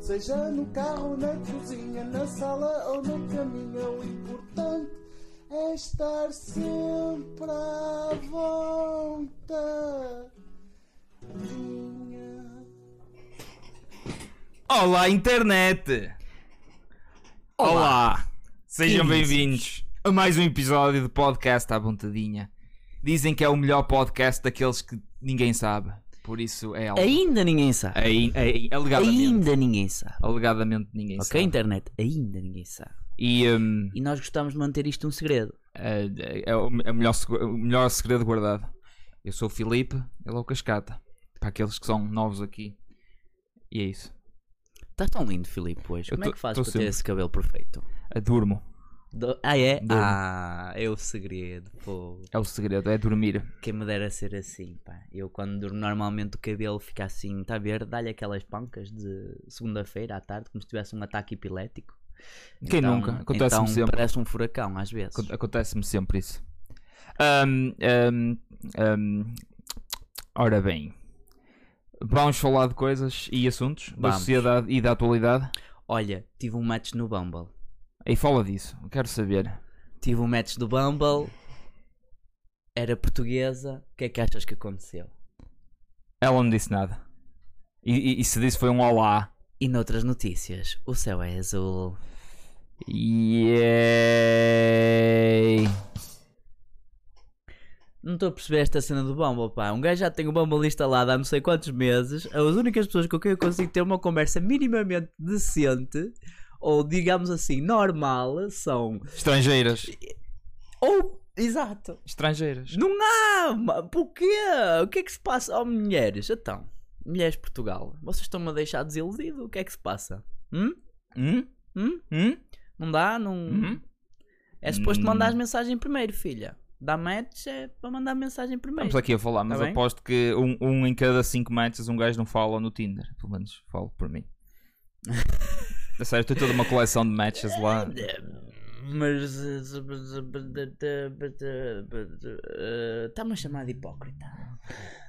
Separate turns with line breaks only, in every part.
Seja no carro, na cozinha, na sala ou no caminho, é o importante é estar sempre à vontade.
Olá, internet! Olá! Sejam
Queridos.
bem-vindos a mais um episódio do podcast à Bontadinha. Dizem que é o melhor podcast daqueles que ninguém sabe, por isso é algo.
Ainda ninguém sabe.
Aí- aí- alegadamente.
Ainda ninguém sabe.
Alegadamente ninguém
Ok,
sabe.
internet, ainda ninguém sabe.
E hum,
E nós gostamos de manter isto um segredo.
é, é o, é o melhor, segu- o melhor segredo guardado. Eu sou o Filipe, ele é o Cascata. Para aqueles que são novos aqui. E é isso.
Estás Tá tão lindo, Filipe, hoje.
Eu
Como é
tô-
que fazes
tô
para ter
sempre.
esse cabelo perfeito?
Eu durmo.
Do- Ah, é?
Durmo.
Ah, é o segredo, pô.
É o segredo, é dormir.
Quem me dera ser assim, pá. Eu quando durmo normalmente o cabelo fica assim, está a ver? Dá-lhe aquelas pancas de segunda-feira à tarde, como se tivesse um ataque epilético.
Quem nunca? Acontece-me
então,
sempre.
Parece um furacão, às vezes.
Aconte- Acontece-me sempre isso. Ahm, ahm, ahm, ora bem, vamos falar de coisas e assuntos da
Vamos.
sociedade e da atualidade.
Olha, tive um match no Bumble.
E fala disso, quero saber.
Tive um match do Bumble. Era portuguesa. O que é que achas que aconteceu?
Ela não disse nada. E, e- e se disse foi um olá.
E noutras notícias, o céu é azul.
Yay!
Não estou a perceber esta cena do Bumble, pá. Um gajo já tem o Bumble instalado há não sei quantos meses. As únicas pessoas com quem eu consigo ter uma conversa minimamente decente, ou digamos assim, normal, são.
Estrangeiras.
Ou. Exato.
Estrangeiras.
Não há! ma- Porquê? O que é que se passa? Oh, mulheres, então. Mulheres de Portugal, vocês estão-me a deixar desiludido? O que é que se passa? Hum?
Hum?
Hum?
Hum?
Não dá? Não.
Hum?
É suposto
Hum.
mandar mensagem primeiro, filha. Dá match é para mandar mensagem primeiro.
Estamos aqui a falar, mas
Tá bem.
aposto que um, um em cada cinco matches um gajo não fala no Tinder. Pelo menos falo por mim. É sério, tenho toda uma coleção de matches lá.
É, Mas. eh, Está-me eh, a chamar de hipócrita.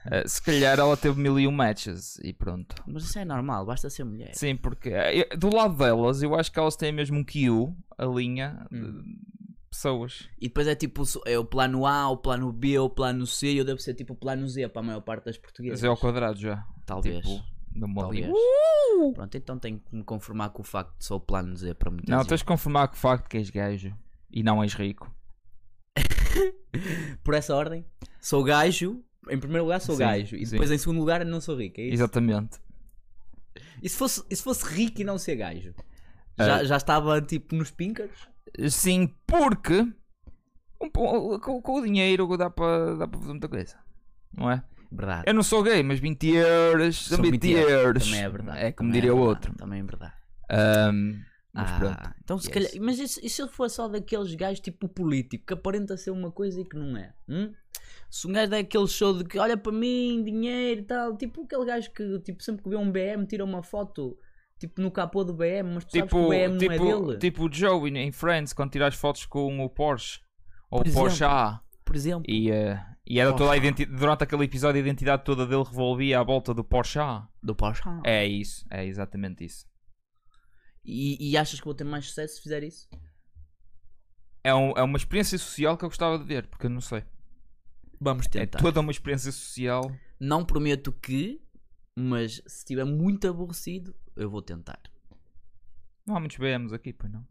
Eh, se calhar ela teve mil e um matches e pronto.
Mas isso é normal, basta ser mulher.
Sim, porque eh, eu- do lado delas, eu acho que elas têm mesmo um queue, a linha de
Hum.
pessoas.
E depois é tipo o- é o plano A, o plano B, o plano C, e eu devo ser tipo o plano Z para a maior parte das portuguesas.
Mas é ao quadrado já.
Talvez.
Tipo, uh! não me
Talvez.
ligo.
Pronto, então tenho que me conformar com o facto de sou o plano Z para muitas
Não, tens de conformar com o facto que és gajo e não és rico.
Por essa ordem, sou gajo. Em primeiro lugar, sou
Sim,
gajo. E
sim.
depois, em segundo lugar, não sou rico. É isso?
Exatamente.
E se fosse, e se fosse rico e não ser gajo?
Ah.
Já, já estava tipo nos pincas?
Sim, porque um po- com, com o dinheiro dá para dá para fazer muita coisa. Não é?
Verdade.
Eu não sou gay, mas 20 euros são 20, euros.
Também é verdade.
É como
também
diria o
verdade,
outro.
Também é verdade.
Ahm, mas
Ah,
pronto.
Então, se
Yes.
calhar, mas e se, e se ele for só daqueles gajos tipo político que aparenta ser uma coisa e que não é? hum? Se um gajo der aquele show de que olha para mim, dinheiro e tal, tipo aquele gajo que tipo, sempre que vê um BM tira uma foto tipo no capô do BM, mas tu sabes que o
Tipo,
BM não é
tipo,
dele,
tipo o Joey em Friends, quando tiras fotos com o Porsche ou
Por
o Porsche
exemplo.
A.
por exemplo.
E, eh, e era
Porsche
toda a identidade. Durante aquele episódio, a identidade toda dele revolvia à volta do Porsche A.
Do Porsche.
É isso, é exatamente isso.
E, e achas que vou ter mais sucesso se fizer isso?
É, um- é uma experiência social que eu gostava de ver, porque eu não sei.
Vamos
É toda uma experiência social.
Não prometo que, mas se estiver muito aborrecido, eu vou tentar.
Não há muitos BMs aqui, pois não.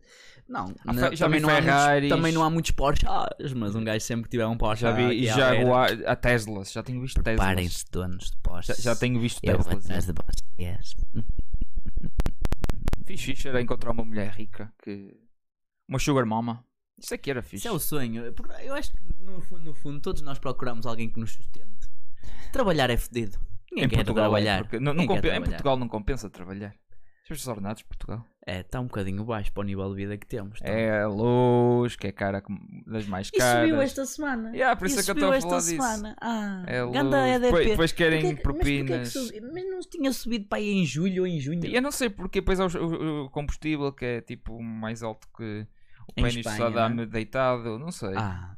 Não,
Há
na-
Fe- já
também,
vi
não há muitos,
Ferraris.
também não há muitos Porsches, mas um gajo sempre que tiver um Porsche
Já vi e
ah,
já
é,
vou a, a Teslas, já tenho visto Teslas.
Parem-se donos de
Já,
Porsches.
já tenho visto
Eu vou
Teslas.
atrás de Porsches.
Fixe, fixe era encontrar uma mulher rica que. Uma sugar mama. Isso aqui era fixe.
Isso é o sonho. Porque Eu acho que no fundo, no fundo todos nós procuramos alguém que nos sustente. Trabalhar é fedido. Ninguém
em
quer
Portugal,
trabalhar.
é, porque não- não
Ninguém quer
compen- em
trabalhar.
Portugal não compensa trabalhar. Os preços ordenados de Portugal.
É, está um bocadinho baixo para o nível de vida que temos. tá?
É a luz, que é cara com- das mais
E
caras.
subiu esta semana.
Yeah, por isso
e
é que eu
subiu
estou a
esta
falar disso.
semana. Ah,
É luz.
ganda EDP.
Depois, depois
Porquê
querem
é que-
propinas.
Mas, porquê que subi- mas não tinha subido para aí em julho ou em junho?
Eu não sei porque depois há os- o, o combustível que é tipo mais alto que o
Em
pênis
Espanha,
só dá
não
me
é?
deitado, não sei.
Ah.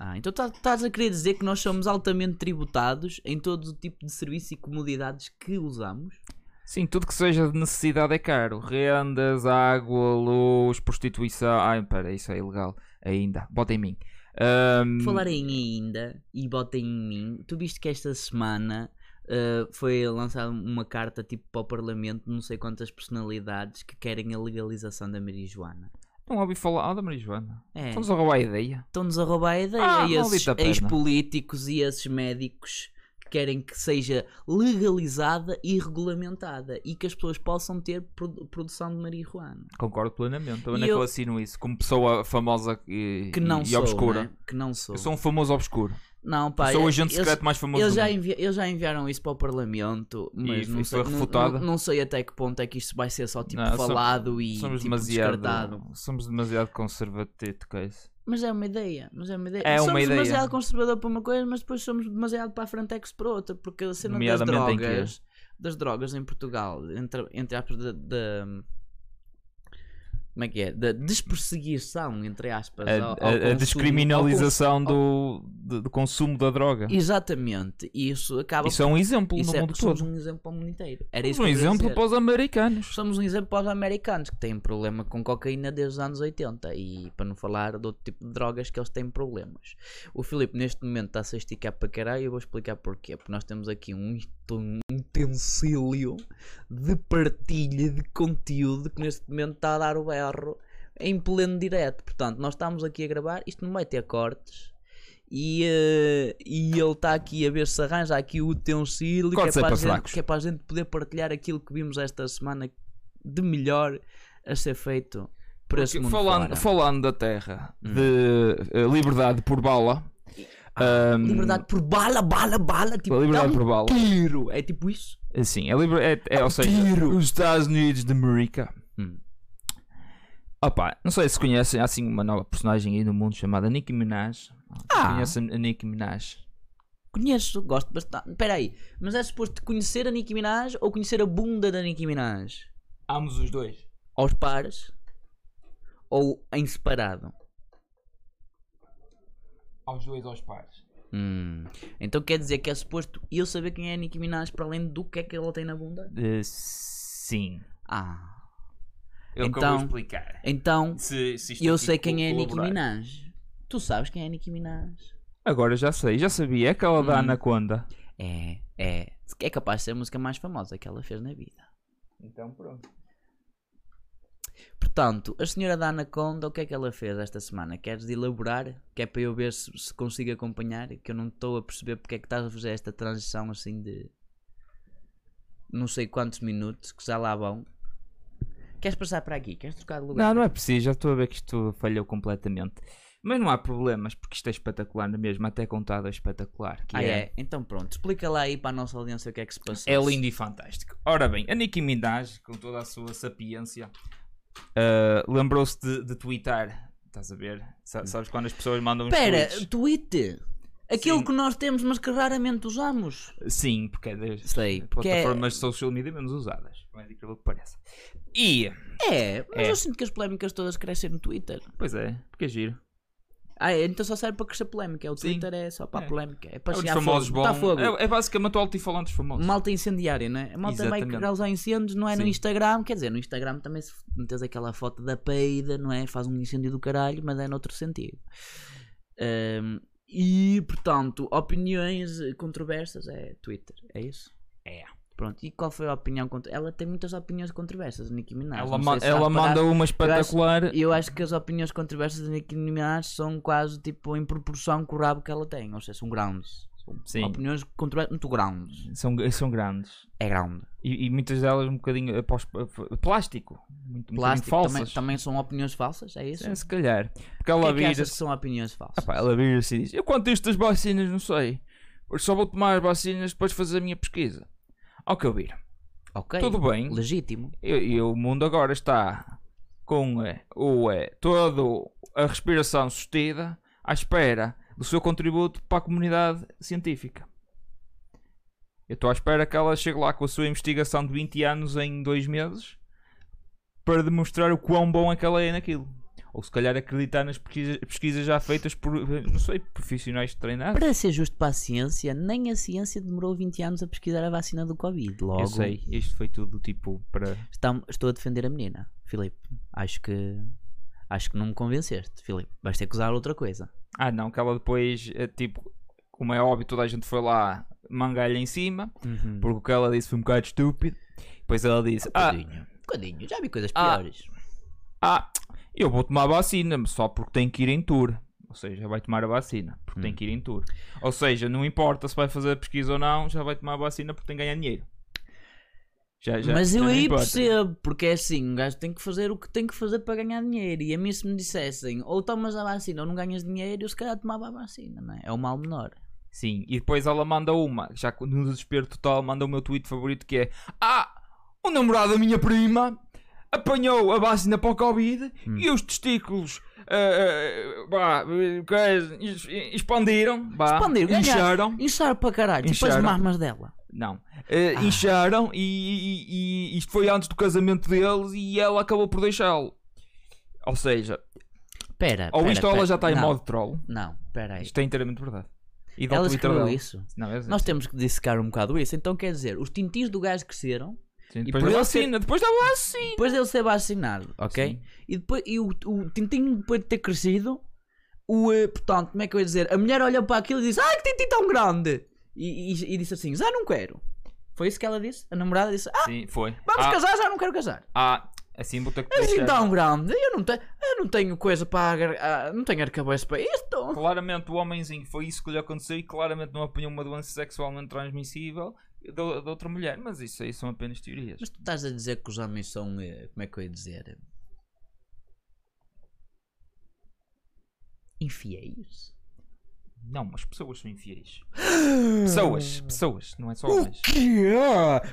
Ah, então tá- estás a querer dizer que nós somos altamente tributados em todo o tipo de serviço e comodidades que usamos?
Sim, tudo que seja de necessidade é caro. Rendas, água, luz, prostituição. Ai, pera, isso é ilegal ainda. Bota em mim.
Hum.
Ahm,
Falarem ainda e botem em mim. Tu viste que esta semana uh, foi lançada uma carta tipo para o Parlamento, não sei quantas personalidades que querem a legalização da marijuana.
Não ouvi falar. Ah, da Marijuana.
É.
Estamos a roubar a ideia.
Estão-nos a roubar a ideia.
Ah,
e esses
maldita perna.
ex-políticos e esses médicos que querem que seja legalizada e regulamentada e que as pessoas possam ter produ- produção de marijuana.
Concordo plenamente.
E
Onde é que eu
eu-
assino isso? Como pessoa famosa e,
Que não
e
sou.
obscura.
né? Que não sou.
Eu sou um famoso obscuro.
Não, pá,
sou o
eu-
agente
eu-
secreto mais famoso
Eles
do
já,
mundo.
envi- eles já enviaram isso para o Parlamento, mas
E
não,
isso
sei,
foi
não-
refutado?
não- não sei até que ponto é que isto vai ser só tipo
Não, somos-
falado e
somos
tipo, descartado.
demasiado. Somos demasiado conservativo com isso.
Mas é uma ideia, mas é uma ideia.
É
somos
uma ideia.
demasiado conservador para uma coisa, mas depois somos demasiado para a Frontex para outra, porque a cena das
Nomeadamente em quê?
drogas, das drogas em Portugal, entre, entre aspas, da, da- Como é que é? Da desperseguição, entre aspas.
A,
ao- ao
a- a
consumo- ao
descriminalização do, do, do consumo da droga.
consumo. Exatamente, e isso acaba
Isso é um exemplo
Isso
no
é-
mundo
somos
todo.
um exemplo para o mundo inteiro. Era isso
Um
que eu queria
exemplo
dizer.
para os americanos.
Somos um exemplo para os americanos que têm problema com cocaína desde os anos 80 e para não falar de outro tipo de drogas que eles têm problemas. O Filipe neste momento está a se esticar para caralho e eu vou explicar porquê. Porque nós temos aqui um ut- um utensílio de partilha de conteúdo que neste momento está a dar o berro em pleno direto. Portanto, nós estamos aqui a gravar, isto não vai ter cortes. E, eh, e ele está aqui a ver se arranja aqui o utensílio que é,
Cortes é
para a
para
gente,
fracos.
que é para a gente poder partilhar aquilo que vimos esta semana de melhor a ser feito por esse
Porque
mundo
falando,
fora. Hum.
falando da terra, de eh, liberdade por bala. ahm,
Ah, Liberdade por bala, bala, bala, tipo,
liberdade
dá um
por bala.
tiro. É tipo isso?
Sim, é, liber... é, é ou seja, os Estados Unidos de América.
Hum.
Opa, não sei se conhecem, há assim uma nova personagem aí no mundo chamada Nicki Minaj.
Ah.
Conhecem a Nicki Minaj?
Conheço, gosto bastante. Espera aí, mas é suposto conhecer a Nicki Minaj ou conhecer a bunda da Nicki Minaj?
Ambos os dois.
Aos pares ou em separado?
Aos dois aos pares.
Hum, Então quer dizer que é suposto eu saber quem é a Nicki Minaj para além do que é que ela tem na bunda?
sim.
Ah,
Eu É que eu
Então-
vou explicar.
então
Se, se isto
eu
aqui
sei quem é a Nicki
colaborar.
Minaj. Tu sabes quem é a Nicki Minaj?
Agora já sei, já sabia. É aquela da
Hum.
Anaconda.
É, é. É capaz de ser a música mais famosa que ela fez na vida.
Então pronto.
Portanto, a senhora da Anaconda, o que é que ela fez esta semana? Queres elaborar? Que é para eu ver se, se consigo acompanhar? Que eu não estou a perceber porque é que estás a fazer esta transição assim de. não sei quantos minutos, que já lá vão. Queres passar para aqui? Queres trocar de lugar?
Não, não é preciso, já estou a ver que isto falhou completamente. Mas não há problemas, porque isto é espetacular na mesma, até contado é espetacular. Que
Ah,
é,
é? Então pronto, explica lá aí para a nossa audiência o que é que se passou.
É lindo e fantástico. Ora bem, a Nicki Minaj, com toda a sua sapiência, ah, lembrou-se de, de twittar. Estás a ver? Sa- sabes quando as pessoas mandam uns
Espera,
tweets?
tweet! Aquilo
Sim.
que nós temos, mas que raramente usamos.
Sim, porque é das
Sei, porque é-
plataformas de social media menos usadas. Mais incrível que pareça. E,
É, mas
É.
eu sinto que as polémicas todas crescem no Twitter.
pois é, porque é giro.
Ah, é, então só serve para crescer polémica. O
Sim.
Twitter é só para
É.
a polémica. É para
É os
chegar
famosos
fogo. Tá
bom-
fogo.
É, é basicamente o altifalantes famosos.
Malta incendiária, né? A malta vai
Exatamente.
causar incêndios, não é no
Sim.
Instagram. Quer dizer, no Instagram também se metes aquela foto da peida, não é? Faz um incêndio do caralho, mas é noutro sentido. Ahm, e, portanto, opiniões eh, controversas é Twitter, é isso?
É.
Pronto, e qual foi a opinião contra... Ela tem muitas opiniões controversas, a Nicki Minaj.
Ela,
não sei
ma-
se está
ela
a parar.
manda uma espetacular.
Eu acho que as opiniões controversas da Nicki Minaj são quase tipo em proporção com o rabo que ela tem, ou seja, são grounds.
um Sim,
Opiniões controversas, muito grounds.
são, são grandes.
É ground.
E, e muitas delas um bocadinho após, plástico. Muito, um bocadinho
Plástico também,
falsas.
também são opiniões falsas, é isso?
É, se calhar. Porque
O que
ela
é que
vira.
achas que são opiniões falsas?
Ah pá, ela vira-se e diz: Eu quanto a isto das vacinas, não sei. Eu só vou tomar as vacinas depois de fazer a minha pesquisa. Ao que eu viro.
ok,
Tudo bem.
legítimo.
E, e o mundo agora está com eh, o, eh, todo a respiração sustida à espera do seu contributo para a comunidade científica. Eu estou à espera que ela chegue lá com a sua investigação de 20 anos em dois meses para demonstrar o quão bom é que ela é naquilo. Ou se calhar acreditar nas pesquisas, pesquisas já feitas por, eh, não sei, profissionais treinados.
Para ser justo para a ciência, nem a ciência demorou 20 anos a pesquisar a vacina do Covid. Logo,
Eu sei, isto foi tudo tipo para.
está- estou a defender a menina, Filipe. Acho que acho que não me convenceste, Filipe. Vais ter que usar outra coisa.
Ah, não, que ela depois, eh, tipo, como é óbvio, toda a gente foi lá mangalha em cima, porque o que ela disse foi um bocado estúpido. Depois ela disse: Ah,
Codinho. Codinho, Um já vi coisas
Ah.
piores.
ah eu vou tomar a vacina só porque tenho que ir em tour. Ou seja, vai tomar a vacina porque
Hum.
tem que ir em tour. Ou seja, não importa se vai fazer a pesquisa ou não, já vai tomar a vacina porque tem que ganhar dinheiro. Já, já,
Mas eu
já não
aí
importa.
percebo, porque é assim, um gajo tem que fazer o que tem que fazer para ganhar dinheiro. E a mim se me dissessem, ou tomas a vacina ou não ganhas dinheiro, eu se calhar tomava a vacina, não é? É o mal menor.
Sim, e depois ela manda uma, já com- no desespero total, manda o meu tweet favorito que é Ah, o namorado da minha prima apanhou a vacina para o Covid
Hum.
e os testículos ah, ah, vá, eh, coisa, es- expandiram, vá,
Expandiram, ganharam.
incharam.
Inchar para caralho, tipo as
Incharam.
mamas dela.
Não,
Ah.
eh, incharam e, e- e- e isto foi antes do casamento deles e ela acabou por deixá-lo. Ou seja,
Pera,
ou
pera,
isto ou ela
pera.
já está em
não,
modo troll.
Não, pera aí.
Isto é inteiramente verdade. E dá o
Ela
Twitter
escreveu
dela.
isso.
Não, é
Nós temos que dissecar um bocado isso. Então quer dizer, os tintins do gajo cresceram,
Sim,
e
depois
por é
da
ele ser-
vacina, depois da vacina.
depois dele ser vacinado, ok?
Sim.
E, depois, e o, o tintinho depois de ter crescido, o, eh, portanto, como é que eu ia dizer? A mulher olhou para aquilo e disse, ai que tintim tão grande! E, e- e disse assim, já não quero. Foi isso que ela disse? A namorada disse, ah,
Sim, foi.
vamos
ah,
casar, já não quero casar.
ah, assim vou ter que
É assim
deixar.
tão grande, eu não, tenho eu não tenho coisa para... agar- ah, não tenho arcabouço para isto.
Claramente o homenzinho foi isso que lhe aconteceu e claramente não apanhou uma doença sexualmente transmissível da da outra mulher. Mas isso aí são apenas teorias.
Mas tu estás a dizer que os homens são, eh, como é que eu ia dizer? Infiéis?
Não, mas pessoas são infiéis. pessoas, pessoas, não é só
O
homens.
quê?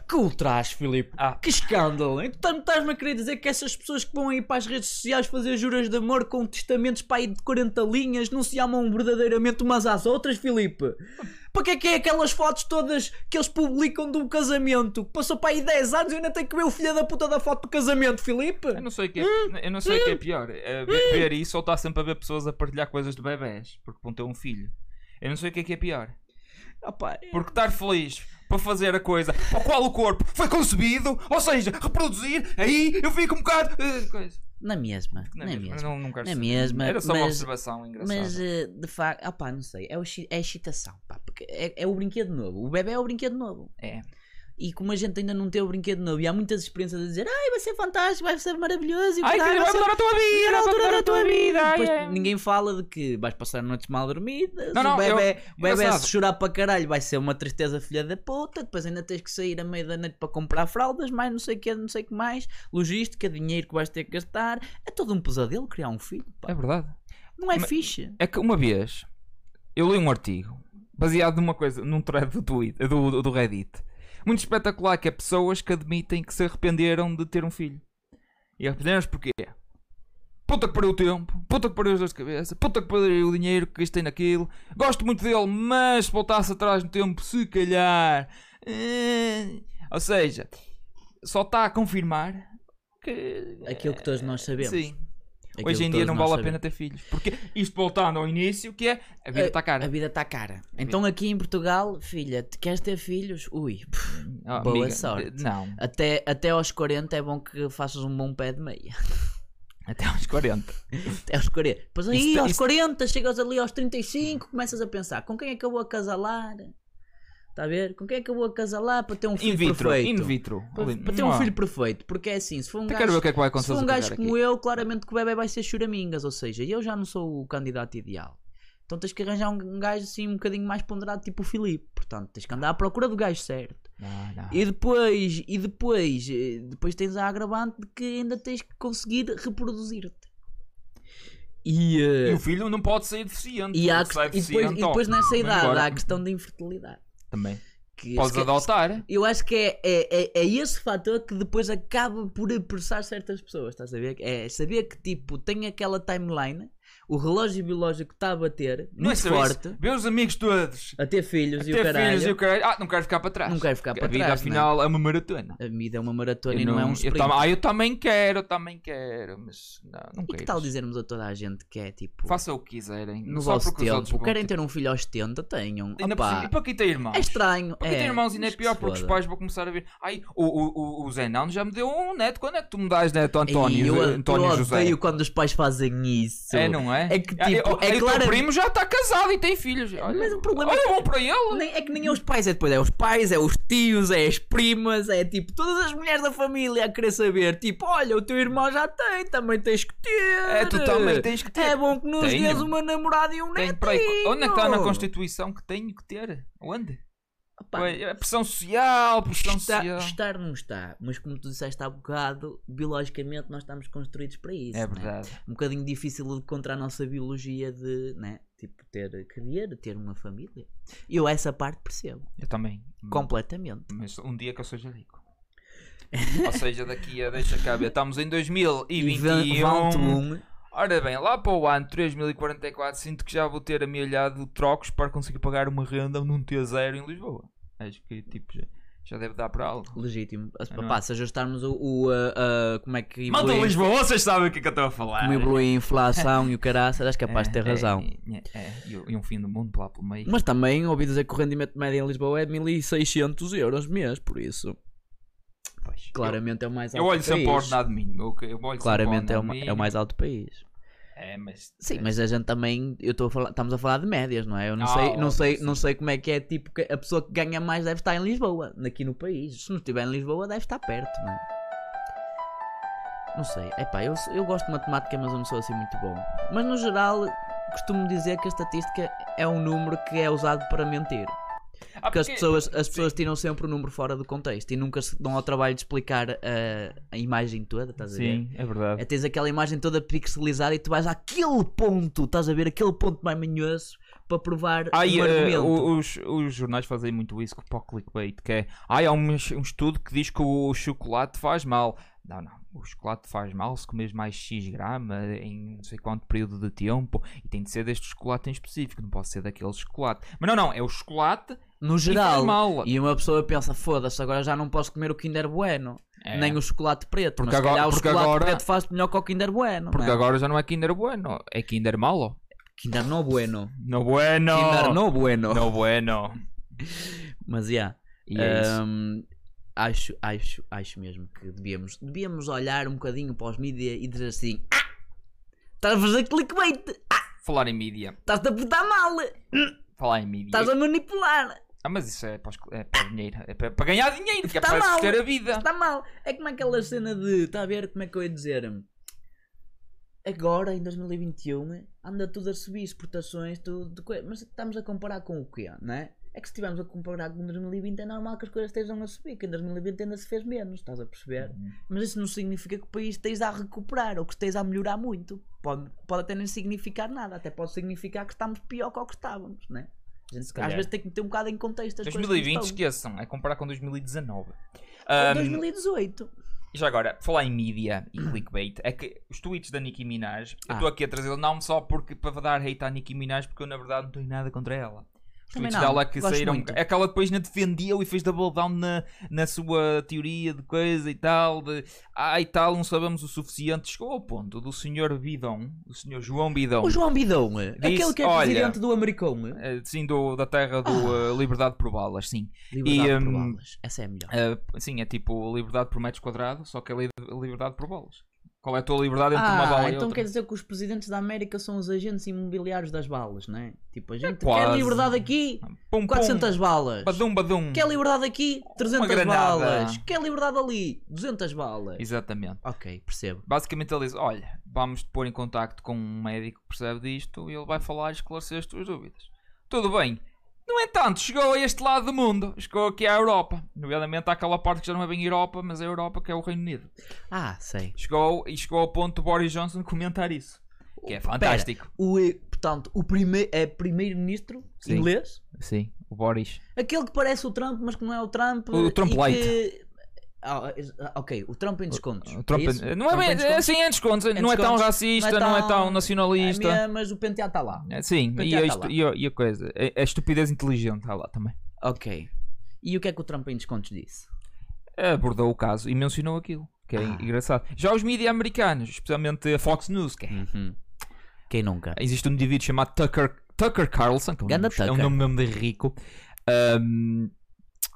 Que ultraje, Filipe.
Ah.
Que escândalo. Então estás-me a querer dizer que essas pessoas que vão aí para as redes sociais fazer juras de amor com testamentos para aí de 40 linhas não se amam verdadeiramente umas às outras, Filipe? Para que é que é aquelas fotos todas que eles publicam do casamento? que Passou para aí 10 anos e ainda tem que ver o filho da puta da foto do casamento, Filipe?
Eu não sei o que é, eu não sei o que é pior. É ver, ver isso ou estar sempre a ver pessoas a partilhar coisas de bebés porque vão ter um filho. Eu não sei o que é que é pior.
Opa, é-
Porque estar feliz para fazer a coisa para a qual o corpo foi concebido, ou seja, reproduzir, aí eu fico um bocado. eh, coisa.
Na mesma,
Na
na,
mesma,
mesma.
Não, não quero
Na
saber.
mesma,
Era só uma
é mas-
observação engraçada.
Mas eh, de facto, ah pá, não sei, é, o exci- é a excitação, pá, porque é, é o brinquedo novo. O bebê é o brinquedo novo.
É.
E como a gente ainda não tem o brinquedo novo e há muitas experiências a dizer, ai, vai ser fantástico, vai ser maravilhoso e
Ai,
vai
que é vai
vai ser
mudar a tua vida!
a
Vai
altura
mudar a tua vida! é ai,
Depois
é.
ninguém fala de que vais passar noites mal dormidas,
Não, não,
o bebé, o bebé
engraçado.
se chorar para caralho vai ser uma tristeza filha da puta, depois ainda tens que sair a meio da noite para comprar fraldas, mais não sei o que, não sei o que mais, logística, dinheiro que vais ter que gastar, é todo um pesadelo criar um filho, pá.
É verdade.
não é
mas-
fixe.
É que uma vez eu li um artigo baseado numa coisa, num thread do, Twitter, do, do Reddit. Muito espetacular que é pessoas que admitem que se arrependeram de ter um filho. E arrependeram-se porquê? Puta que pariu o tempo, puta que pariu as dores de cabeça, puta que pariu o dinheiro que gastei naquilo. Gosto muito dele, mas se voltasse atrás no tempo, se calhar. eh, Ou seja, só está a confirmar que.
Aquilo É que todos nós sabemos.
Sim.
Aquilo
Hoje em
que
dia
todos
não
nós
vale a
sabemos. Eh,
pena ter filhos. Porque isto voltando ao início, que é a vida está
A
cara.
vida está cara. Então aqui em Portugal, filha, te queres ter filhos? Ui, pff,
Ah,
boa
amiga,
sorte.
eh, Não,
até, até aos 40 é bom que faças um bom pé de meia.
até aos 40.
Até aos 40. Depois aí
Isso-
aos
isso-
40, chegas ali aos 35, começas a pensar, com quem é que eu vou acasalar? Está a ver? Com quem é que eu vou acasalar para ter um filho
In vitro,
perfeito?
in vitro.
Para,
Ali,
para ter
não
um
há.
filho perfeito, porque é assim, se for um
Até quero ver
gajo,
o que é que vai
se
acontecer
for um
a
gajo
cagar
como
aqui.
eu, claramente que o bebê vai ser churamingas, ou seja, eu já não sou o candidato ideal. Então tens que arranjar um, um gajo assim um bocadinho mais ponderado, tipo o Filipe. Portanto, tens que andar à procura do gajo certo.
Não, não.
E depois, e depois, eh, depois tens a agravante de que ainda tens que conseguir reproduzir-te. E, eh,
E o filho não pode sair deficiente.
e, há a
Se sai
quest- e depois, e
deficiente, ó,
depois nessa
é Então, vamos
idade
embora.
há a questão da infertilidade.
Também.
Que
Podes
se-
adotar.
eu acho que é, é, é, é esse fator que depois acaba por apressar certas pessoas, estás a ver? É saber que tipo tem aquela timeline, o relógio biológico está a bater,
Não é
muito
só isso.
forte,
Vê os amigos todos.
a ter filhos e o
Ter
caralho.
filhos e o caralho. Ah, não quero ficar para trás.
Não quero ficar
Porque
para
a vida,
trás,
afinal, é uma maratona.
A vida é uma maratona
Eu
e não, é um
eu
sprint.
tam- Ah, eu também quero, eu também quero. Mas não, não
E
quero.
que tal dizermos a toda a gente que é tipo,
Faça o que quiserem.
no
não só
vosso
porque os outros
tempo,
vão
querem
ter-
ter um filho aos 70, tenham.
Ainda por cima-
Opa,
E para quem tem irmãos?
é estranho.
Para quem
é,
tem irmãos ainda é
mas que
pior
se
porque os
foda.
pais vão começar a ver. Ai, o, o, o, o Zé Nando já me deu um neto. Quando é que tu me dás neto, António?
Ei, eu,
eh,
ad-
António
eu
José.
odeio quando os pais fazem isso.
É, não é?
É que,
Ah,
tipo,
eu-
é
e o
claramente-
teu primo já está casado e tem filhos. Olha,
Mas o problema é
olha
que-
bom para ele.
Nem- é que nem é os pais, é depois é os pais, é os tios, é as primas, é tipo todas as mulheres da família a querer saber. Tipo, olha, o teu irmão já tem, também tens que ter.
É, tu também tens que ter.
É bom que nos
Tenho.
dês uma namorada e um
Tenho,
netinho.
peraí, onde é que está na Constituição que tenho que ter? Onde?
Opa,
Ué, é pressão social, pressão
está,
social.
estar não está, mas como tu disseste há bocado, biologicamente nós estamos construídos para isso.
É
né?
verdade.
Um bocadinho difícil de contra a nossa biologia de, né? Tipo, ter querer, ter uma família. Eu essa parte percebo.
Eu também.
Completamente.
Mas um dia que eu seja rico. Ou seja, daqui a deixa cá ver. Estamos em 2021.
E vão-te um.
Ora bem, lá para o ano 3044, sinto que já vou ter amealhado trocos para conseguir pagar uma renda num T0 em Lisboa. Acho que tipo já, já deve dar para algo.
Legítimo.
É, não
Pá, se ajustarmos o. o, uh, uh, como é que
Malta de
evolui,
Lisboa, vocês sabem o que é que eu estou a falar.
como evolui a inflação e o caraças, és capaz de ter
É, é,
razão.
É, é, e, e um fim do mundo lá pelo meio.
Mas também ouvi dizer que o rendimento médio em Lisboa é de 1600 euros mês, por isso.
Pois, eu-
Claramente é o mais
Eu,
alto
olho sempre para o
país.
ordenado mínimo. Eu, eu olho sempre
Claramente
para
é,
ordenado
o ma- é o
mínimo.
mais alto país.
É, mas.
Sim, mas a gente também. Eu estou a falar, estamos a falar de médias, não é? Eu não,
Ah,
sei, não,
óbvio,
sei,
sim.
não sei como é que é tipo que a pessoa que ganha mais deve estar em Lisboa, aqui no país. Se não estiver em Lisboa, deve estar perto, não é? Não sei. Epá, eu, eu gosto de matemática, mas eu não sou assim muito bom. Mas no geral, costumo dizer que a estatística é um número que é usado para mentir.
Ah,
Porque as
porque-
pessoas, as pessoas tiram sempre o número fora do contexto e nunca se dão ao trabalho de explicar a, a imagem toda, estás a ver?
Sim, é verdade.
É tens aquela imagem toda pixelizada e tu vais àquele ponto, estás a ver aquele ponto mais manhoso para provar
Ai,
um
eh,
argumento.
o- os, os jornais fazem muito isso com o clickbait, que é ai, há um, um estudo que diz que o chocolate faz mal. Não, não, o chocolate faz mal se comeres mais X grama em não sei quanto período de tempo e tem de ser deste chocolate em específico, não pode ser daquele chocolate. Mas não, não, é o chocolate
No
e faz
geral.
mal.
E uma pessoa pensa, foda-se, agora já não posso comer o Kinder Bueno,
É.
nem o chocolate preto,
Porque
mas se
agora-
calhar o
porque
chocolate
agora-
preto faz melhor que o Kinder Bueno.
Porque
não é?
agora já não é Kinder Bueno, é Kinder Malo.
Kinder no bueno.
No bueno!
Kinder no bueno.
No bueno!
Mas yeah.
E é isso.
Hum, acho, acho, acho mesmo que devíamos, devíamos olhar um bocadinho para os mídia e dizer assim: Ah! Estás a fazer clickbait!
Falar em mídia.
Estás-te a portar mal!
Falar em mídia.
Estás a manipular!
Ah, mas isso é para, os- é para dinheiro. É para, para ganhar dinheiro, que é
Tá
para
mal.
ter a vida.
Está mal. É como aquela cena de. Está a ver como é que eu ia dizer? Agora, em 2021, anda tudo a subir exportações, tudo. de coi- Mas estamos a comparar com o quê? Não é? É que se estivermos a comparar com 2020, é normal que as coisas estejam a subir, que em 2020 ainda se fez menos, estás a perceber? Mas isso não significa que o país esteja a recuperar ou que esteja a melhorar muito. Pode, pode até nem significar nada, até pode significar que estamos pior que o que estávamos, não é? A gente, às
calhar.
vezes tem que meter um bocado em contexto as coisas como
2020,
estão.
esqueçam, é comparar com 2019.
Ou
Ahm,
2018.
e já agora, falar em mídia e clickbait, é que os tweets da Nicki Minaj, eu
Ah.
estou aqui a trazê-lo não só porque para dar hate à Nicki Minaj, porque eu na verdade não tenho nada contra ela. Os
Também
tweets
não,
dela que
gosto
saíram.
muito.
É que ela depois na defendeu e fez double down na, na sua teoria de coisa e tal, de ai tal, não sabemos o suficiente. Chegou ao ponto do senhor Bidon, o senhor João Bidon.
O João Bidão,
Disse,
aquele que é
olha,
presidente do Americão. é?
eh, Sim, do, da terra do
Ah.
eh, Liberdade por Balas, sim.
Liberdade
e,
por
hum,
balas. Essa é a melhor.
Ah, sim, é tipo liberdade por metro quadrado, só que é li- liberdade por bolas. Qual é a tua liberdade entre uma bala
Ah,
e
então
outra?
quer dizer que os presidentes da América são os agentes imobiliários das balas, não é? Tipo, a gente quer
quase.
liberdade aqui,
Pum, pum,
400 balas.
badum, badum.
Quer liberdade aqui, 300
granada.
balas. Quer liberdade ali, 200 balas.
Exatamente.
Ok, percebo.
Basicamente ele diz, olha, vamos te pôr em contacto com um médico que percebe disto e ele vai falar e esclarecer as tuas dúvidas. Tudo bem. No entanto, chegou a este lado do mundo, chegou aqui à Europa, nomeadamente àquela parte que já não é bem Europa, mas é a Europa que é o Reino Unido.
Ah, sei.
Chegou e chegou ao ponto de Boris Johnson comentar isso, que é fantástico.
O, eh, portanto, o prime é primeiro-ministro
Sim.
inglês,
Sim, o Boris.
aquele que parece o Trump, mas que não é o Trump.
O Trump
e
light.
que- Ah, es- ah, ok, o Trump em descontos.
O Trump
é isso?
é- não é
Trump em
bem, é
descontos?
assim, é desconto, não é tão
descontos,
racista, não é tão nacionalista.
É, mas o penteado está lá.
É, Sim, e
penteado
a,
tá
estu-
lá.
e a- e a coisa, a, a estupidez inteligente está lá também.
Ok. E o que é que o Trump em descontos disse?
Abordou o caso e mencionou aquilo, que é
Ah.
engraçado. Já os mídias americanos, especialmente a Fox News, que é-
Uhum. Quem nunca?
existe um indivíduo chamado Tucker, Tucker Carlson, que é um,
Ganda
nome, é um
Tucker.
nome mesmo de rico. ahm,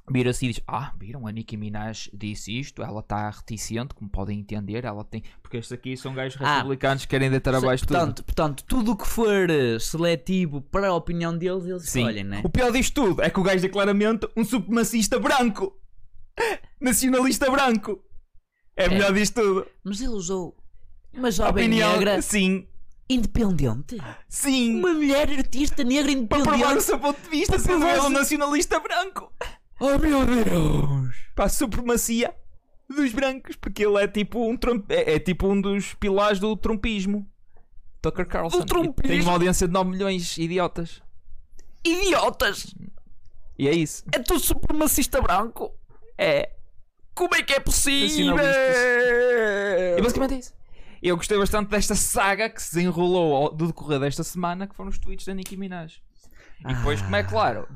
Vira-se e diz: Ah, viram? A Nicki Minaj disse isto. Ela está reticente, como podem entender. Ela tem. Porque estes aqui são gajos
Ah.
republicanos que querem deitar abaixo
Se-
tudo.
portanto, portanto, tudo o que for eh, seletivo para a opinião deles, eles
Sim.
escolhem, né?
O pior disto tudo é que o gajo é claramente um supremacista branco. Nacionalista branco. É, o melhor disto tudo.
Mas ele usou uma
A
jovem
opinião.
Tá negra
Sim.
independente.
Sim.
Uma mulher artista negra
Para provar o
independente.
seu ponto de vista, sendo
provar
ele um
se-
nacionalista branco.
Oh meu Deus!
para a supremacia dos brancos, porque ele é tipo um Trump, é, é tipo um dos pilares do trumpismo. Tucker Carlson
Do trumpismo?
E tem uma audiência de 9 milhões idiotas.
Idiotas!
E é isso.
É tu supremacista branco?
É.
Como é que é possível?
E basicamente é isso. Eu gostei bastante desta saga que se desenrolou ao- do decorrer desta semana, que foram os tweets da Nicki Minaj.
Ah,
E depois, como é claro,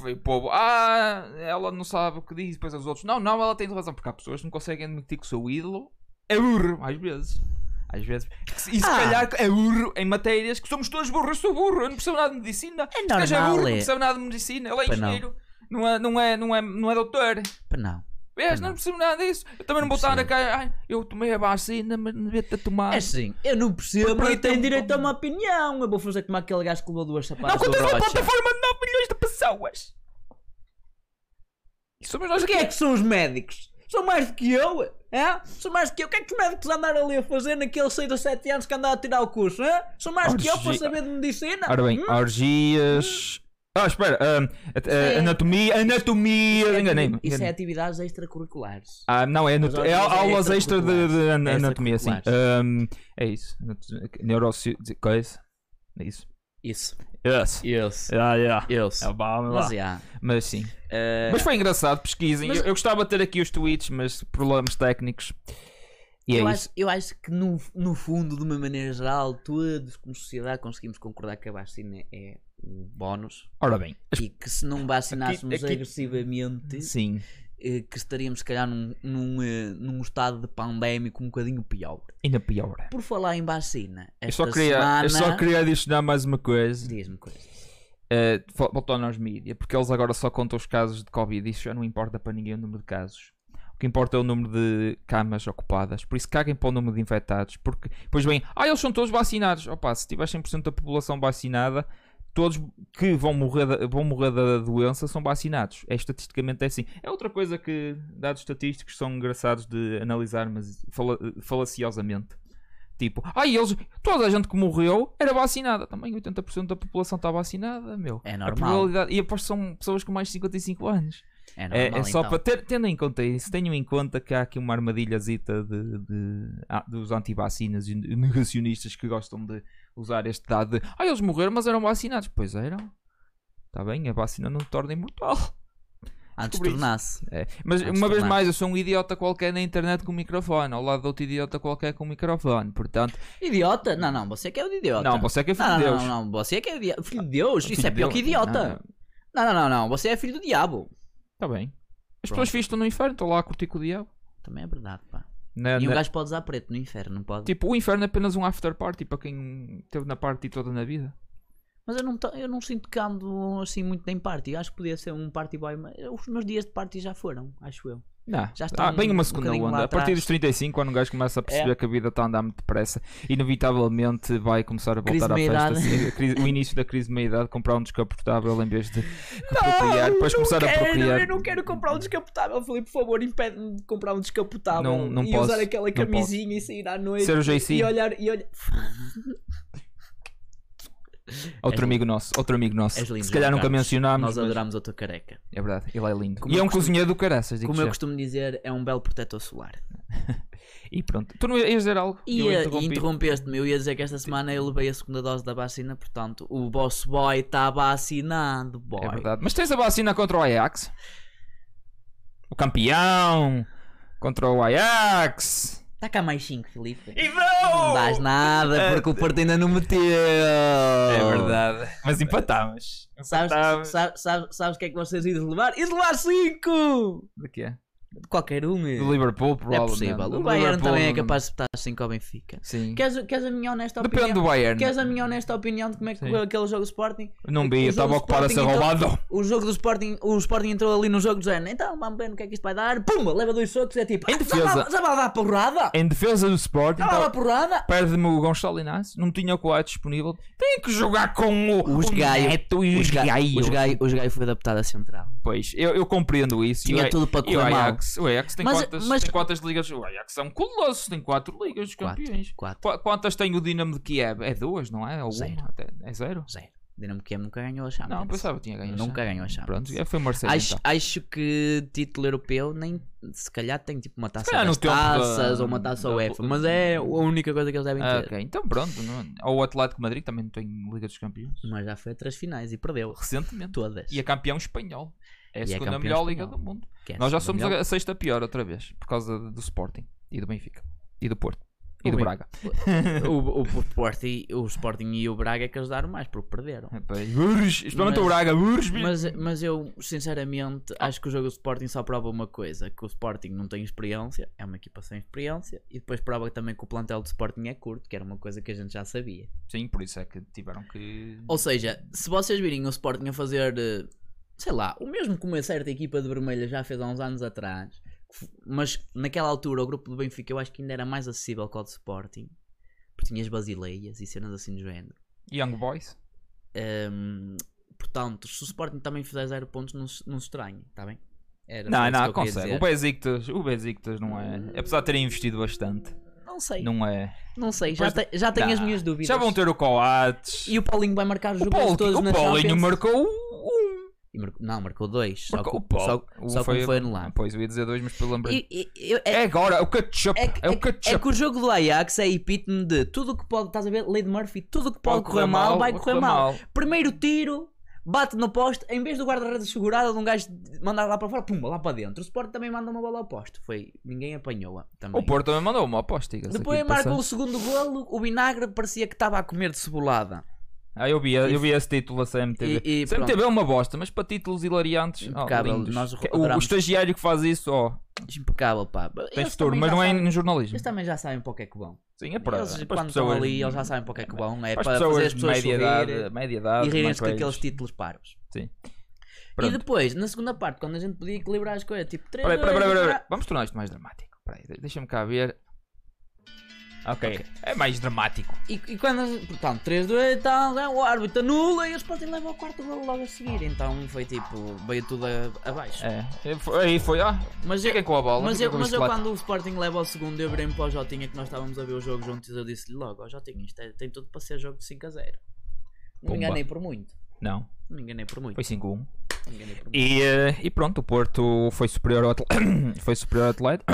veio o povo, ah, ela não sabe o que diz, depois os outros, não, não, ela tem razão, porque há pessoas que não conseguem admitir que o seu ídolo é burro, às vezes. Às vezes. E se
Ah.
calhar é burro em matérias que somos todos burros, eu sou burro, eu não percebo nada de medicina.
É
Este gajo
normal,
burro,
é.
não percebo nada de medicina, ele é
Pois não.
engenheiro, não é, não é, não é, não é doutor.
Pá, não.
Vês,
Não.
não percebo nada disso. Eu também não
Não
vou estar a
percebo.
cá. Ai, eu tomei a vacina, mas não devia ter tomado.
É assim, eu não percebo,
Porque
eu tenho Ah,
tem-
direito a uma opinião. Eu vou fazer como aquele gajo que levou duas
não,
sapatas do
contra uma
Rocha.
plataforma de 9 milhões de pessoas. E somos nós
Mas quem é que são os médicos? São mais do que eu? É? São mais do que eu? O que é que os médicos andaram ali a fazer naqueles 6 ou 7 anos que andaram a tirar o curso? É? São mais do que eu para
Orgia-
saber de medicina?
Ora bem,
Hum?
orgias. Ah, espera. ahm, at- ah,
é-
Anatomia.
Isso
Anatomia.
é-
Enganei-me.
Isso é
enganei-me.
atividades extracurriculares.
Ah, não, é, anat-
Mas
é
orgias é
aulas extra de, de
extracurriculares.
an-
É
anatomia, sim.
extracurriculares.
Ahm, é isso. Neuroci... Coisa. É isso.
Isso.
Yes.
Isso.
Yeah, yeah.
Isso.
É bom, é bom.
Mas já.
Mas sim.
Eh,
Mas foi engraçado, pesquisem.
Mas-
Eu, eu gostava de ter aqui os tweets, mas problemas técnicos. E é isso.
eu, acho, eu acho que no, no fundo, de uma maneira geral, todos como sociedade conseguimos concordar que a vacina é um bónus
Ora bem,
e que se não vacinássemos
Aqui- aqui-
agressivamente
sim.
eh, que estaríamos se calhar num, num, eh, num estado de pandémico um bocadinho pior.
Ainda pior.
Por falar em vacina,
Eu
esta
só, queria,
semana...
eu só queria adicionar mais uma coisa.
Diz-me coisas.
Eh, fal- voltando aos mídia, porque eles agora só contam os casos de Covid. Isso já não importa para ninguém o número de casos. O que importa é o número de camas ocupadas. Por isso caguem para o número de infectados. Porque, pois bem, ah, eles são todos vacinados. Opa, se tiver 100% da população vacinada, todos que vão morrer, da, vão morrer da doença são vacinados. É estatisticamente é assim. É outra coisa que dados estatísticos são engraçados de analisar, mas fala- falaciosamente. Tipo, ai, eles, toda a gente que morreu era vacinada. Também 80% da população está vacinada, meu.
É
A
normal.
probabilidade- E aposto que são pessoas com mais de 55 anos.
É, normal,
É, é só
então.
para ter, tendo em conta isso, tenham em conta que há aqui uma armadilhazita de, de- ah, dos antivacinas e negacionistas que gostam de usar este dado de ah, eles morreram, mas eram vacinados. Pois eram. Está bem, a vacina não te torna imortal.
Antes
descobrir isso.
tornasse.
É, Mas
Antes
uma
de
vez
tomar.
mais, eu sou um idiota qualquer na internet com microfone, ao lado de outro idiota qualquer com microfone. Portanto,
Idiota? Não, não, você que é o idiota.
não, você é que é filho
não,
de
não,
Deus.
não, não, você é que é o idiota. Filho de Deus,
Filho
isso é
de
pior que
Deus.
idiota. Não, não, não, não, você é filho do diabo.
Está tá bem. As
Pronto.
pessoas ficam no inferno, estão lá a curtir com o diabo.
Também é verdade, pá.
Na-
E um
na-
gajo pode usar preto no inferno, não pode?
Tipo, o inferno é apenas um after party para quem teve na party toda na vida.
Mas eu não, to- eu não sinto que ando assim muito em party. Eu acho que podia ser um party boy, mas os meus dias de party já foram, acho eu.
Não,
Já
já
está
está Ah, bem
um- um
uma segunda
bocadinho lá
onda. A partir
atrás. É.
dos 35, quando um gajo começa a perceber que a vida está a andar muito depressa, inevitavelmente vai começar a
Crise
voltar à
de
festa.
meia-idade.
Sim, a crise- o início da crise de meia-idade, comprar um descapotável em vez de procriar, depois começar a procriar.
Eu não quero comprar um descapotável, Filipe, por favor, impede-me de comprar um descapotável
Não- não
e
posso,
usar aquela
não posso.
camisinha e sair à noite
Ser o JC.
e olhar e olhar.
Outro
És
amigo nosso, outro amigo nosso.
És
que
lindo,
Se calhar
João
nunca
Carlos.
mencionámos.
Nós
mas
adorámos a tua careca.
É verdade, ele é lindo.
Como
E
eu
é um
costumo-
cozinheiro do caraças, digo
Como eu
já.
costumo dizer, é um belo protetor solar.
E pronto. Tu não ias dizer algo?
E,
Eu
eh, e
interrompi.
interrompeste-me, eu ia dizer que esta semana eu levei a segunda dose da vacina, portanto, o boss boy está vacinado, boy.
assim É verdade. Mas tens a vacina contra o Ajax? O campeão! contra o Ajax.
Está Tá cá mais 5, Filipe.
E
Não
não!
dás nada porque o Porto ainda não meteu.
Oh! É
É
verdade. Mas empatámos.
Sabes,
Empatámos.
sabes, sabes, sabes o que é que vocês iam levar? Iam levar 5!
De quê?
De qualquer um. meu.
Do Liverpool,
É
provavelmente.
possível. O
Do
Bayern
Liverpool,
também é
não-
capaz de estar 5 ao Benfica.
Sim.
Queres, queres a minha honesta opinião?
Depende do Bayern.
Queres a minha honesta opinião de como é que
Sim.
correu aquele jogo do Sporting?
Não
O
vi, eu
jogo
estava ocupado a ser
Sporting, então-
roubado.
O jogo do Sporting, o Sporting entrou ali no jogo do género. Então, vamos ver no que é que isto vai dar. Pumba, leva dois socos. É tipo,
Em
"Ah,
defesa.
já vai- já vai dar porrada?
Em defesa do Sporting,
Já vai dar
então,
porrada?
perde-me o Gonçalo Inácio. Não tinha o Coates disponível. Tem que jogar com o,
Os
o
Gaio.
Neto e os
Os
Gaio.
Gaio os Gaio foi adaptado a central.
Pois, eu, eu compreendo isso.
Tinha
e o-
tudo para
e o
correr mal.
Ajax, O Ajax tem,
Mas-
quantas,
mas-
tem quantas ligas? O Ajax é um colosso, tem quatro ligas de
Quatro,
campeões.
quatro.
Qua- Quantas tem o Dinamo de Kiev? É duas, não é? Ou
Zero.
uma? Até- É zero?
Zero. Dinamo Kiev nunca ganhou a Champions.
Não, pensava que tinha ganho. a
Nunca
Champions.
ganhou a Champions.
Pronto, é, foi o Marcelo
Acho,
então.
acho que título europeu nem se calhar tem tipo uma taça
calhar
das
no tempo da-
taças ou uma taça
da-
UEFA, mas é a única coisa que eles devem
Ah,
ter.
ok, então pronto. não- Ou o Atlético de Madrid também não tem Liga dos Campeões.
Mas já foi a três finais e perdeu
Recentemente.
todas.
E é campeão espanhol. É
E é
a segunda
campeão
melhor liga
espanhol.
do mundo.
Que é a
Nós já
segunda
somos
melhor.
a sexta pior outra vez. Por causa do Sporting. E do Benfica. E do Porto. E
O
do
Ben-
Braga.
o, o, o, Sporting, o Sporting e o Braga é que ajudaram mais porque perderam.
Rapaz, Burros, especialmente o
Mas-
Braga. Burros, bicho.
Mas, mas eu sinceramente acho que o jogo do Sporting só prova uma coisa: que o Sporting não tem experiência, é uma equipa sem experiência, e depois prova também que o plantel do Sporting é curto, que era uma coisa que a gente já sabia.
Sim, por isso é que tiveram que.
Ou seja, se vocês virem o Sporting a fazer, eh, sei lá, o mesmo que uma certa equipa de vermelha já fez há uns anos atrás, f- mas naquela altura o grupo do Benfica eu acho que ainda era mais acessível que o do Sporting, porque tinhas basileias e cenas assim do género.
Young Boys.
Ehm, portanto, se o Sporting também fizer zero pontos, não se, não se estranhe, está bem? Era só
Não,
é isso que
não,
eu queria
consegue. O
dizer. Uh,
Besiktas, o Besiktas não é. Apesar de terem investido bastante,
Não sei, não,
não é.
sei, já,
Depois-
te- já tenho as
Não.
minhas dúvidas.
Já vão ter o Coates.
E o Paulinho vai marcar os
o,
jogos
Paulo-
todos na
o Paulinho
Champions.
marcou um.
E marcou- Não, marcou dois, só
Marcou-
que
o Paulo-
só- só que um foi anulado.
Pois, eu ia dizer dois, mas pelo lembrei.
E- e- eu- é-
É agora, o ketchup.
É, que-
É,
é
o
que-
ketchup.
é que o jogo do Ajax é epítome de tudo o que pode, estás a ver, Lady Murphy, tudo o que pode correr mal vai correr mal. Primeiro tiro, bate no poste, em vez do guarda-redes segurado de um gajo de- mandar lá para fora, pumba, lá para dentro. O Sport também manda uma bola ao poste, foi, ninguém apanhou-a também.
O Porto também mandou uma aposta. diga-se
Depois
aqui de
marcou o
passagem.
segundo golo, o vinagre parecia que estava a comer de cebolada.
Ah, eu vi, eu vi esse título da CMTV.
E- e
CMTV é uma bosta, mas para títulos hilariantes. ó,
Impecável,
lindos.
nós
Que- o, o
adoramos.
estagiário que faz isso, ó,
Impecável, pá.
tem
Eles
futuro,
também
mas
já
não é
sabem-
em jornalismo.
Eles também já sabem para o que é que vão.
Sim, é para,
eles,
é para
quando
as
estão
pessoas.
ali, eles já sabem para o que é que vão. É
para
para fazer as pessoas
média idade,
sorrirem
média idade,
e rirem-se
mais
daqueles
velhos.
títulos parvos.
Pronto.
E depois, na segunda parte, quando a gente podia equilibrar as coisas, tipo 3
Peraí, peraí, peraí, peraí, peraí. Vamos tornar isto mais dramático. Peraí, de- deixa-me cá ver. Ok, é mais dramático.
E, e quando, portanto, 3 2 tal, né, o árbitro anula e o Sporting leva o quarto gol logo a seguir. Então foi tipo, veio tudo a- abaixo.
É, é, foi- aí foi, ah,
Mas eu,
fiquem com a bola.
mas,
fiquem
eu,
com o
mas eu
chocolate.
quando o Sporting leva ao segundo, eu virei-me para o Jotinha que nós estávamos a ver o jogo juntos e eu disse-lhe logo: Ó Jotinha, isto é- tem tudo para ser jogo de 5 a 0. Não
Pumba.
me enganei por muito.
Não,
Não me enganei por muito.
foi 5-1.
Não me enganei por muito.
E, eh, e pronto, o Porto foi superior ao Atlético. foi superior ao Atlético.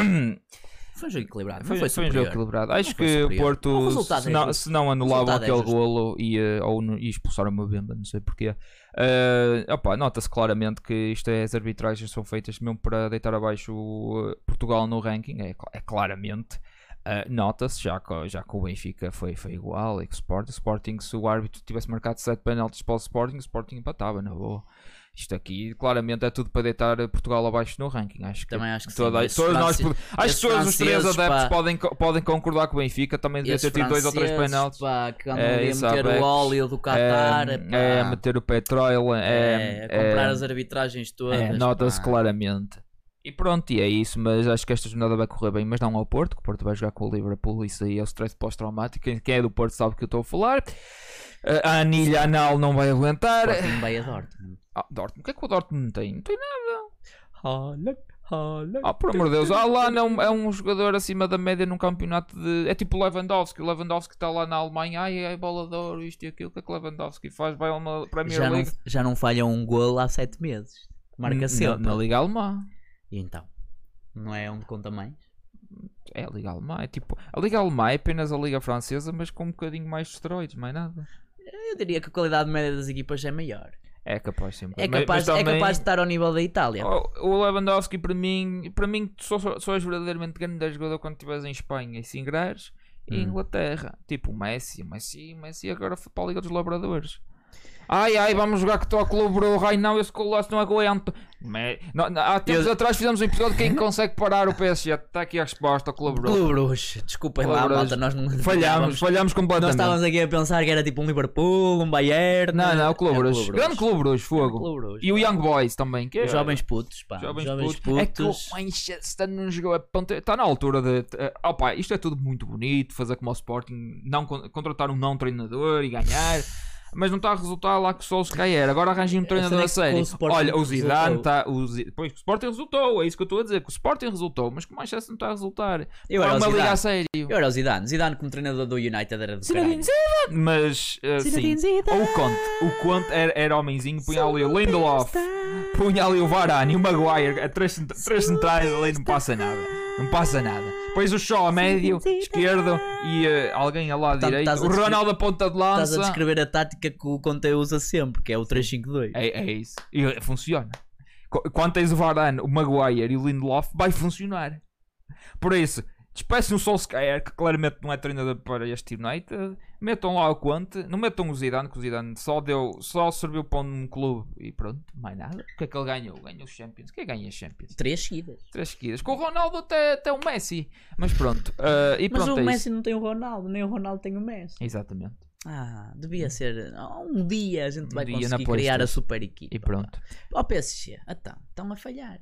Foi um jogo equilibrado,
foi,
não foi,
foi um
superior.
jogo equilibrado. Acho
foi
que o
superior. O
Porto,
resultado
se
é
não,
justo.
se não anulavam
resultado é
aquele
justo.
golo e, eh, ou, no- e expulsaram uma benda, não sei porquê. Eh, opa, Nota-se claramente que isto é, as arbitragens são feitas mesmo para deitar abaixo o, eh, Portugal no ranking, é, cla- é claramente. Eh, Nota-se já, que- já que o Benfica foi, foi igual e que o Sporting, Sporting, se o árbitro tivesse marcado 7 penaltis para o Sporting, o Sporting empatava, na boa. Isto aqui claramente é tudo para deitar Portugal abaixo no ranking. Acho que
Também acho que
toda-
sim. Esses
todos nós,
franceses-
Acho
Esses
que todos os três
franceses,
adeptos
pá.
podem, co- podem concordar com o Benfica. Também devia
Esses
ter tido dois ou três
franceses,
penaltis.
pá, que andam
É,
ali a
isso,
meter
Abex.
o óleo do Qatar.
é,
pá.
é, meter o petróleo.
É,
É,
a comprar
é,
as arbitragens todas.
é, Nota-se
pá.
claramente. E pronto, e é isso. Mas acho que esta jornada vai correr bem. Mas não ao Porto, que o Porto vai jogar com o Liverpool. Isso aí é o stress pós-traumático. Quem quem é do Porto sabe o que eu estou a falar. Eh, A anilha anal não vai aguentar.
Sporting vai a Dortmund.
Ah, Dortmund, o que é que o Dortmund tem? Não tem nada.
Haaland, Haaland.
Ah, por amor de Deus, o Alan é um, é um jogador acima da média num campeonato de. É tipo o Lewandowski. O Lewandowski está lá na Alemanha, ai, ai, bola de ouro, isto e aquilo. O que é que o Lewandowski faz? Vai a uma Premier
já, não,
League.
já não falha um golo há 7 meses. Marca
na,
sempre.
na Liga Alemã.
E então? Não é onde conta mais?
É a Liga Alemã. É tipo. A Liga Alemã é apenas a Liga Francesa, mas com um bocadinho mais de esteroides, mais nada.
Eu diria que a qualidade média das equipas é maior.
É capaz sempre.
É
Mas-
capaz,
mas
é
também- Oh,
capaz de estar ao nível da Itália.
O- O Lewandowski, para mim, para mim tu só, só, só és verdadeiramente grande jogador quando estiveres em Espanha e se ingrares e em
Hum.
Inglaterra. Tipo o Messi, o Messi, o Messi agora foi para a Liga dos Labradores. Ai ai, vamos jogar que toque o bro. Ai não, esse colaço não aguento. Me- Não, não, há tempos atrás fizemos um episódio de quem consegue parar o PSG. Está aqui a resposta, Clube Bro.
Clube Bruxo, desculpem lá,
Clube Bruxo.
malta, nós não
Falhámos, falhámos
Nós
completamente.
estávamos aqui a pensar que era tipo um Liverpool, um Bayern.
Não, não, o Clube
É
Bruxo.
Bruxo.
Grande Clube Bruxo, fogo.
É Clube Bruxo.
E o Young Boys também. Que é
Os jovens putos, pá.
Jovens,
Jovens, jovens
putos. É que o
putos.
Manchester não jogou a ponta. Está na altura de. ah, opá, isto é tudo muito bonito. Fazer como o Sporting, não, con- contratar um não treinador e ganhar. Mas não está a resultar lá que o Solskjaer era. Agora arranjem um treinador
cena
a
é
sério.
que com o Sporting
Olha, o
não
Zidane
resultou.
está. o Zi- Pois, o Sporting resultou. É isso que eu estou a dizer. Que o Sporting resultou, mas que o Manchester não está a resultar.
Eu
é
era o
uma liga a
Zidane.
sério.
Eu era o Zidane. Zidane como treinador do United era do
Zinedine
caralho.
Zidane! Mas, ah, sim.
Zinedine Zidane.
Ou o Conte. O Conte era, era homenzinho, punha ali o Lindelof, punha ali o Varane e o Maguire. a Três, cent- três centrais ali, não passa nada. Não passa nada. Pois o Shaw a médio, esquerdo e eh, alguém ao lado
Portanto,
direito.
estás a
O
descre-
Ronaldo a ponta de
Estás a
lança.
descrever a tática que o Conte usa sempre, que é o 3-5-2.
É, é isso. E funciona. Qu- Quando tens o Varane, o Maguire e o Lindelof, vai funcionar. Por isso, despeçam o Solskjaer, que claramente não é treinador para este United. eh, Metam lá o Conte. Não metam o Zidane, que o Zidane só, deu, só serviu para um clube e pronto, mais nada. O que é que ele ganhou? Ganhou os Champions. Quem ganha os Champions?
Três seguidas.
Três seguidas. Com o Ronaldo até, até o Messi. Mas pronto. eh, e
Mas
pronto,
o
é isso.
Messi não tem o Ronaldo, nem o Ronaldo tem o Messi.
Exatamente.
Ah, devia ser. Um dia a gente
Um
vai
dia na
conseguir criar a
PlayStation.
super equipa.
E pronto.
Ó PSG, então, estão a falhar.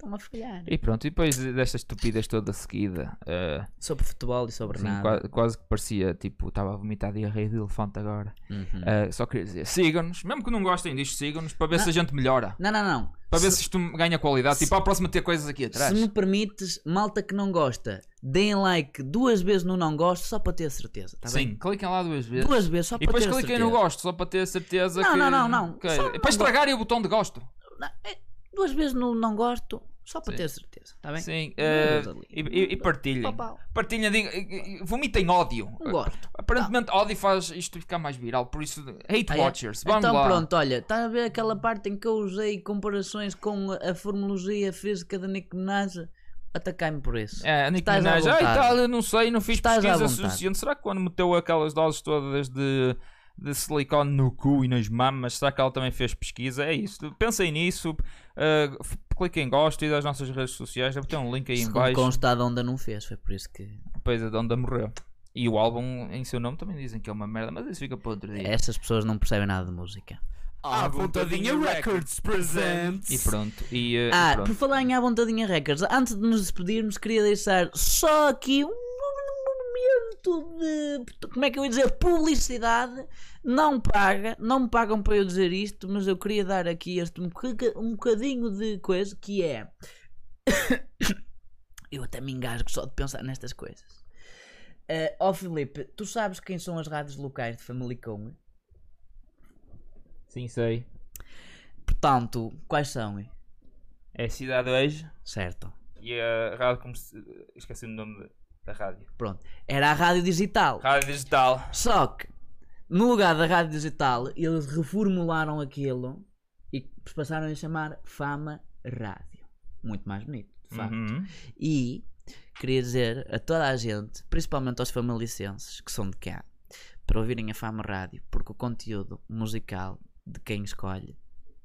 Estão a falhar.
E pronto. E depois desta estupidez toda seguida. eh,
Sobre futebol e sobre
Sim,
nada.
qua- quase que parecia tipo, estava a vomitar diarreia de elefante agora.
Uhum.
Ah, só queria dizer, sigam-nos, mesmo que não gostem disto, sigam-nos para ver
Ah.
se a gente melhora,
Não, não, não.
para ver se isto ganha qualidade. Tipo, à próxima ter coisas aqui atrás.
Se me permites, malta que não gosta, deem like duas vezes no não gosto só para ter certeza, tá
Sim,
bem?
cliquem lá duas vezes.
Duas vezes só
e
para ter
depois
certeza.
cliquem no gosto, só para ter certeza
Não,
que.
não, não, não.
que-
Só um
É
não
Para estragarem o botão de gosto.
Não, é, Duas vezes no não gosto só para
Sim.
ter certeza, tá bem?
Sim,
Duas
ah,
ali.
e, e- e partilhem.
Pau, pau.
Partilhem, digam- e- e- vomitem ódio.
Não gosto.
Aparentemente, ódio faz isto ficar mais viral. Por isso, hate
Ah, é?
watchers, vamos
então
lá.
pronto, olha, estás a ver aquela parte em que eu usei comparações com a a formologia física da Nick Minaj? Atacai-me por isso.
É, a Nicki
Estás à
Minaj, ah,
vontade.
Itália, não sei, não fiz
Estás à
pesquisa
vontade.
suficiente. Será que quando meteu aquelas doses todas de, de silicone no cu e nas mamas, será que ela também fez pesquisa? É isso, pensem nisso, uh, f- cliquem em gosto e das nossas redes sociais, deve ter um link aí em
Segundo
baixo,
consta, a Donda não fez, foi por isso que
depois a Donda morreu. E o álbum em seu nome também dizem que é uma merda, mas isso fica para outro dia.
essas pessoas não percebem nada de música.
À vontadinha Records presents.
E pronto, e, uh, e
Ah,
pronto.
por falar em A Vontadinha Records, antes de nos despedirmos, queria deixar só aqui um momento de. Como é que eu ia dizer? Publicidade. Não paga, não me pagam para eu dizer isto, mas eu queria dar aqui este um boca- um bocadinho de coisa que é. eu até me engasgo só de pensar nestas coisas. Ah, Ó Filipe, tu sabes quem são as rádios locais de Famalicão?
Sim, sei.
Portanto, quais são? eh?
É Cidade Hoje
Certo.
e a rádio, como se... esqueci o nome de- da rádio.
Pronto. Era a rádio digital.
Rádio Digital.
Só que, no lugar da rádio digital, eles reformularam aquilo e passaram a chamar Fama Rádio. Muito mais bonito, de facto.
Uhum.
E queria dizer a toda a gente, principalmente aos famalicenses que são de cá, para ouvirem a Fama Rádio, porque o conteúdo musical de quem escolhe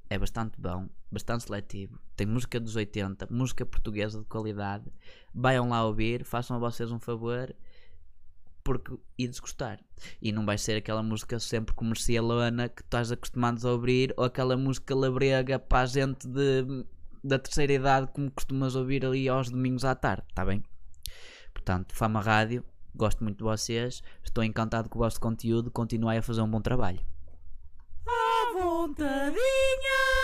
é bastante bom, bastante seletivo. Tem música dos 80, música portuguesa de qualidade. Vaiam lá ouvir, façam a vocês um favor. Porque ides gostar. E não vai ser aquela música sempre comercialona que estás acostumados a ouvir, ou aquela música labrega para a gente de da terceira idade como costumas ouvir ali aos domingos à tarde, está bem? Portanto, Fama Rádio, gosto muito de vocês, estou encantado com o vosso conteúdo, continuai a fazer um bom trabalho.
À vontadinha.